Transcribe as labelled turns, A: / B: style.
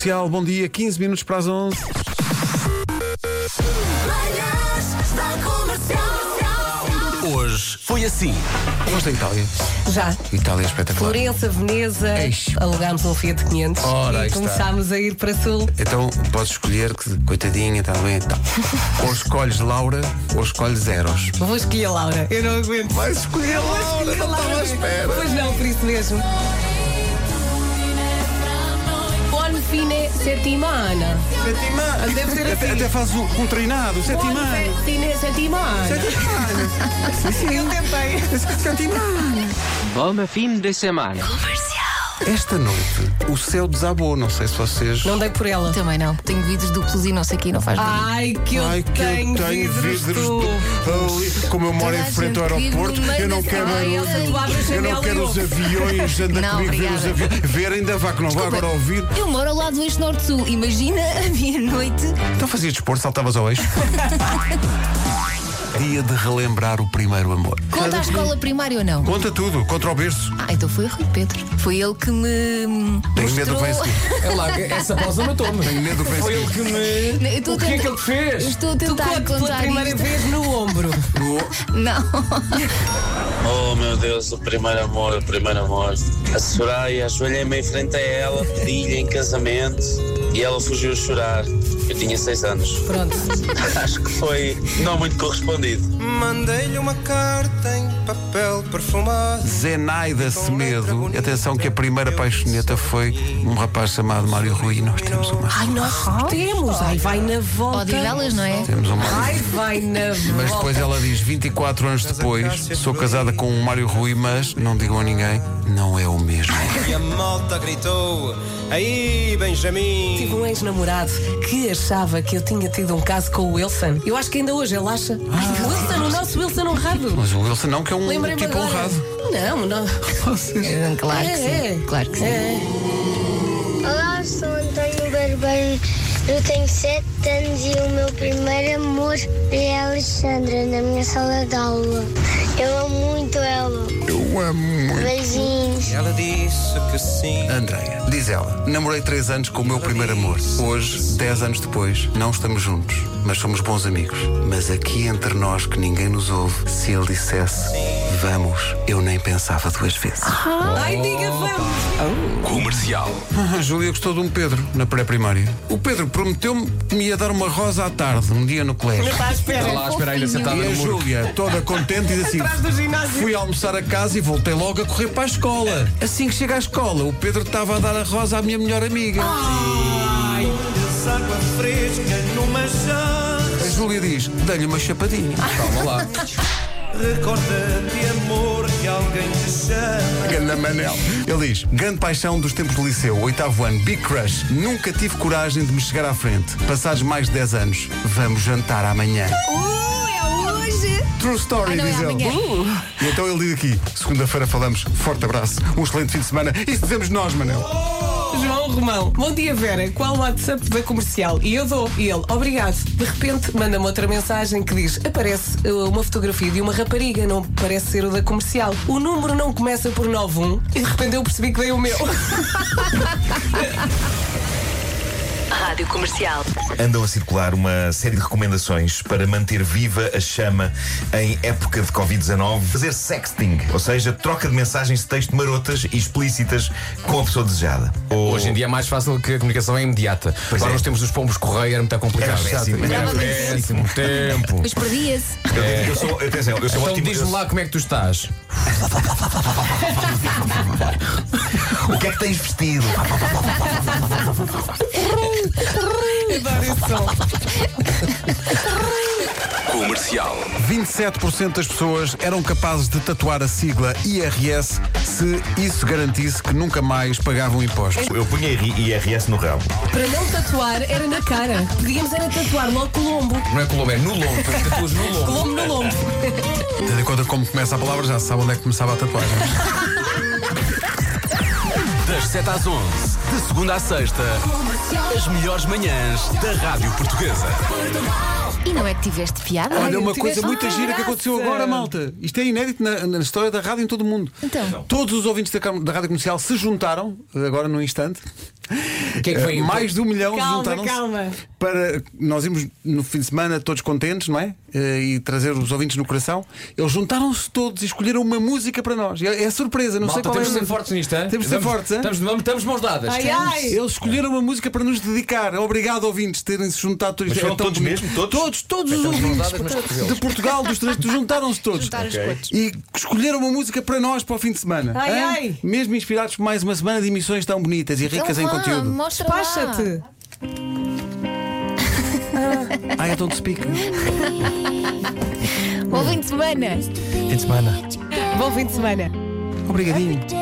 A: Comercial, bom dia, 15 minutos para as 11.
B: Manhãs da Comercial.
C: Hoje foi assim.
A: Vamos da Itália.
D: Já.
A: Itália é espetacular.
D: Florença, Veneza,
A: Eish.
D: alugámos um Fiat 500
A: Ora, aí
D: e
A: está.
D: começámos a ir para sul.
A: Então podes escolher que, coitadinha, está bem, tá. Ou escolhes Laura ou escolhes Eros.
D: Vou escolher a Laura, eu não aguento.
A: Vai escolher Laura,
D: Escolhi a Laura. Pois não, por isso mesmo. Buon fine settimana.
A: Sétima.
D: Deve ser
A: Até,
D: assim.
A: até fazes um, um treinado,
D: Buon
A: sétima.
D: fine settimana. Eu tentei.
E: Bom fim de semana.
A: Esta noite o céu desabou, não sei se vocês.
D: Não dei por ela.
F: Também não. Tenho vidros duplos e não sei o que, não
A: Ah,
F: faz bem.
D: Ai, que eu
A: Ai, que
D: tenho,
A: eu tenho
D: vidros,
A: vidros
D: tu.
A: do- ali, Como eu moro
F: Toda
A: em
F: a
A: frente ao
F: gente vive no
A: aeroporto,
F: meio
A: eu não
F: da-
A: quero.
F: Ai,
D: Elsa, tu abres a
A: Eu
D: janela
A: não quero
D: e
A: os
D: ouves.
A: aviões, anda
F: Não,
A: comigo ver os
F: obrigada.
A: aviões. Ver ainda vá que não vá agora ouvir.
F: Eu moro ao lado do eixo norte-sul. Imagina a minha noite.
A: Então fazias desporto, saltavas ao eixo. Dia de relembrar o primeiro amor.
F: Conta à escola primária ou não?
A: Conta tudo, contra o berço.
F: Ah, então foi o Rui Pedro. Foi ele que me.
A: Tenho medo do
F: mostrou...
A: que vem a seguir.
C: É lá, que essa pausa matou-me.
A: Tenho medo do que vem a
C: Foi ele
A: seguir.
C: que me.
F: Eu estou
C: O
F: a
C: que é
F: tentar-
C: que ele fez?
F: eu Estou a tentar
D: Tocou-te pela
F: contar
D: primeira
F: isto.
D: vez no ombro.
F: Não.
G: Oh meu Deus, o primeiro amor, o primeiro amor. A Soraya ajoelhei-me em frente a ela, pedi-lhe em casamento e ela fugiu a chorar. Eu tinha seis anos.
D: Pronto.
G: Acho que foi não muito correspondido.
H: Mandei-lhe uma carta em papel perfumado.
A: Zenaida Semedo. Atenção que a primeira paixoneta foi um rapaz chamado Mário Rui. E nós temos uma.
D: Ai, nós temos. Ai, vai na volta.
F: Pode ir elas, não é?
A: Temos um Mário.
D: Ai, vai na
A: Mas
D: volta.
A: depois ela diz, 24 anos depois, sou casada com um Mário Rui, mas não digam a ninguém, não é o mesmo.
H: E a malta gritou: Aí,
D: Tive
H: Benjamin!
D: um ex-namorado que achava que eu tinha tido um caso com o Wilson. Eu acho que ainda hoje ele acha.
A: Ah.
D: Ai, Wilson, o nosso Wilson honrado.
A: Mas o Wilson não, que é um
D: Lembrei-me
A: tipo
D: agora.
A: honrado.
D: Não, não.
F: Hum, Claro que sim. Claro que sim.
D: É.
I: Olá, sou António Barbeiro. Eu tenho 7 anos e o meu primeiro amor é a Alexandra, na minha sala de aula. Eu amo muito ela.
A: Eu amo.
I: Beijinhos.
H: Ela disse que sim.
A: Andreia, diz ela, namorei três anos com o meu primeiro amor. Hoje, dez anos depois, não estamos juntos, mas somos bons amigos. Mas aqui entre nós que ninguém nos ouve, se ele dissesse vamos, eu nem pensava duas vezes.
D: Ai, diga, vamos.
C: Comercial.
A: A Júlia gostou de um Pedro na pré-primária. O Pedro prometeu-me que me ia dar uma rosa à tarde, um dia no colégio.
D: Está à espera.
C: Está lá, espera ainda sentada
A: E a
C: no muro.
A: Júlia, toda contente, diz assim:
D: Atrás do ginásio.
A: Fui almoçar a casa e voltei logo a correr para a escola. Assim que chega à escola, o Pedro estava a dar a rosa à minha melhor amiga.
F: Ah.
H: Água fresca numa chance.
A: A Júlia diz: Dei-lhe uma chapadinha.
C: Calma lá.
H: Recorda-te, amor, que alguém te chama.
A: Ganda Manel. Ele diz: Grande paixão dos tempos do liceu, oitavo ano, Big Crush. Nunca tive coragem de me chegar à frente. Passados mais de 10 anos, vamos jantar amanhã.
F: Uh, é hoje!
A: True story,
F: Ah, não, é
A: diz ele.
F: amanhã.
A: E então ele diz aqui: segunda-feira falamos, forte abraço, um excelente fim de semana. Isso dizemos nós, Manel.
D: João Romão. Bom dia, Vera. Qual o WhatsApp da comercial? E eu dou. E ele, obrigado. De repente, manda-me outra mensagem que diz: aparece uh, uma fotografia de uma rapariga, não parece ser o da comercial. O número não começa por 91 e de repente eu percebi que veio o meu.
J: Rádio Comercial.
K: andam a circular uma série de recomendações para manter viva a chama em época de Covid-19. Fazer sexting, ou seja, troca de mensagens de texto marotas e explícitas com a pessoa desejada. Ou
C: Hoje em dia é mais fácil que a comunicação é imediata. Agora
K: é.
C: nós temos os pombos correio, era muito
K: Era
C: complicado.
K: péssimo.
C: Era
F: Era
C: péssimo tempo.
F: Mas perdia-se.
K: Eu sou, atenção, eu sou
C: É. Então
K: ótimo.
C: diz-me lá como é que tu estás.
K: O que é que tens vestido?
D: Adoro esse som.
C: Comercial.
A: 27% das pessoas eram capazes de tatuar a sigla IRS se isso garantisse que nunca mais pagavam impostos.
K: Eu punha IRS no rabo.
D: Para não tatuar, era na cara. Podíamos era tatuar logo com o lombo.
C: Não é Colombo, é no lombo. Tatuas no lombo.
D: Lombo no lombo.
A: Tendo em conta como começa a palavra, já se sabe onde é que começava a tatuagem.
C: Das 7 às 11, de segunda à sexta, as melhores manhãs da Rádio Portuguesa.
B: Portugal.
F: E não é que tiveste piada?
A: Olha, uma coisa muito gira que aconteceu agora, malta. Isto é inédito na, na história da rádio em todo o mundo.
F: Então.
A: Todos os ouvintes da, Câmara- da Rádio Comercial se juntaram, agora num instante.
C: que é que foi?
A: Eh, Mais de um milhão
D: Calma,
A: juntaram-se
D: calma.
A: para nós irmos no fim de semana todos contentes, não é? Eh, E trazer os ouvintes no coração. Eles juntaram-se todos e escolheram uma música para nós. E É, é surpresa, não
C: Malta,
A: sei qual
C: temos de
A: é. a
C: ser
A: música.
C: fortes nisto, hein?
A: Temos de ser
C: Vamos-
A: fortes, hein?
C: Estamos, vamos- estamos mãos dadas.
D: Ai, ai.
A: Eles escolheram uma música para nos dedicar. Obrigado, ouvintes, terem se juntado. Todos, É
K: Mas foram todos
A: bonito.
K: mesmo? Todos?
A: Todos, todos os
C: Estamos mãos
A: ouvintes
C: dadas, mas
A: portanto,
C: cotovelos.
A: de Portugal, dos três, juntaram-se todos.
F: Juntar os
K: Ok.
F: cotos.
A: E escolheram uma música para nós para o fim de semana.
D: Ai,
A: Hã?
D: ai.
A: Mesmo inspirados por mais uma semana de emissões tão bonitas e ricas
F: Então
A: em
F: vá,
A: conteúdo.
F: Mostra lá.
D: Pacha-te.
A: I don't speak.
F: Bom fim de semana.
D: Bom fim de semana.
A: Obrigadinho.